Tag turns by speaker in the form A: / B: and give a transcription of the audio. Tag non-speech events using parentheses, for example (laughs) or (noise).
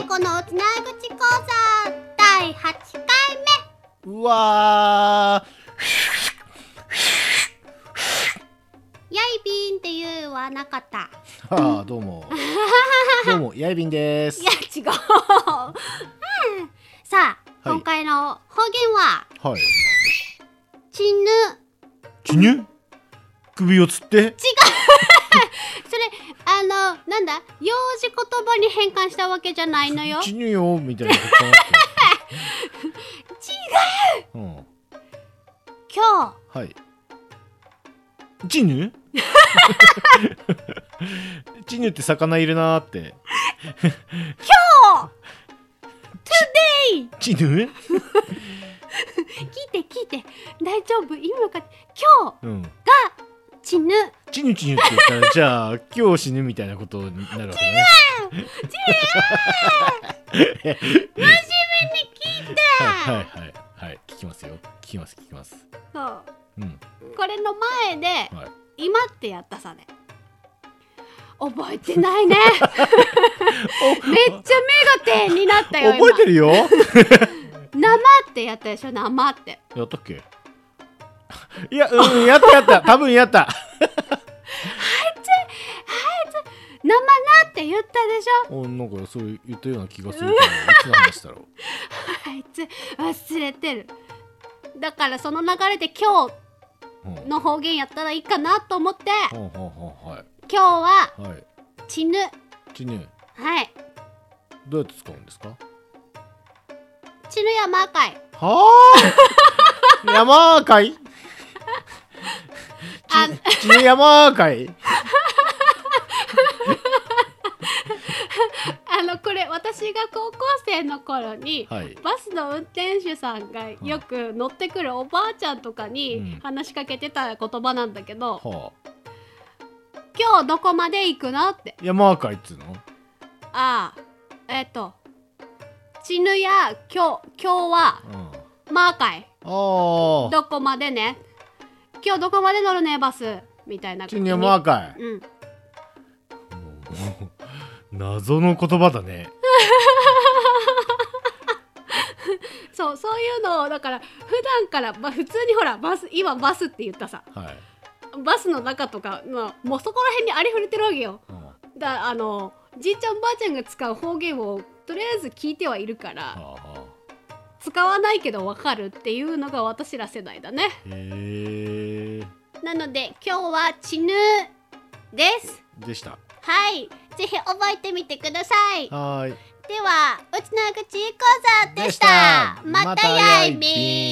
A: 猫のつなぐち講座第8回
B: うわ
A: 目やいびんっていうはなかった
B: ー (laughs) はあどう (laughs) もどうもやいびんです
A: いや違う、うんさあ、
B: はい
A: 今回の方言は
B: はい
A: ちぬ
B: ちにゅ首をつって
A: それあのなんだ幼児言葉に変換したわけじゃないのよ
B: ちにゅよみたいなことかなって (laughs) 違う、うん、
A: 今
B: はいちに (laughs) ゅちにゅって魚いるなーって
A: 日
B: ちぬ
A: 今日聞いて聞いて大丈夫今か今
B: うん
A: 日ちぬ
B: ちにゅちにゅって言ったらじゃあ今日死ぬみたいなことになるわけね
A: 聞いて、
B: はいはいはいはい聞きますよ聞きます聞きます
A: そう
B: うん
A: これの前で、
B: は
A: 今ってやったさね覚えてないねめっちゃ目が点になったよ今
B: 覚えてるよや
A: 生ってやったでしょ生って
B: ったっけ (laughs) いやうんやったやった多分やった
A: 生なって言ったでし
B: おなんかそう言ったような気がするけどいつの話だろう
A: ょあいつ忘れてるだからその流れで今
B: (laughs) うん
A: 日の方言やったらいいかなと思って
B: ほんほんほんは
A: 今日はい
B: はい
A: 「ちぬ
B: ちね」
A: はい
B: どうやって使うんですか
A: 「ちぬやまかい
B: はあ (laughs) 山かいち
A: あ
B: ちね山かい」
A: あのこれ私が高校生の頃に
B: はい
A: バスの運転手さんがよく乗ってくるおばあちゃんとか
B: うん
A: に話しかけてた言葉なんだけど、
B: はあ
A: 今日どこまで行くのって
B: 山かいっつうの
A: ああえっ、と「ちぬや今日今日は
B: うん
A: マーカイ
B: あー
A: どこまでね今日どこまで乗るねバス」みたいな
B: ちね山かい
A: うん、
B: (laughs) 謎の言葉だね
A: そうそういうのをだから普段から、まあ、普通にほらバス今バスって言ったさ
B: はい、
A: バスの中とか、まあ、もうそこら辺にありふれてるわけよ。
B: うんは
A: だあのじいちゃんばあちゃんが使う方言をとりあえず聞いてはいるか
B: あ
A: ら
B: はあ
A: 使わないけどわかるっていうのが私ら世代だね
B: へえ
A: なので今日は「ちぬ」です
B: でした
A: はいぜひ覚えてみてください
B: はーい
A: ではうちの口講座でした
B: でした
A: また
B: また
A: や
B: や
A: い
B: い
A: み
B: み
A: ー
B: ー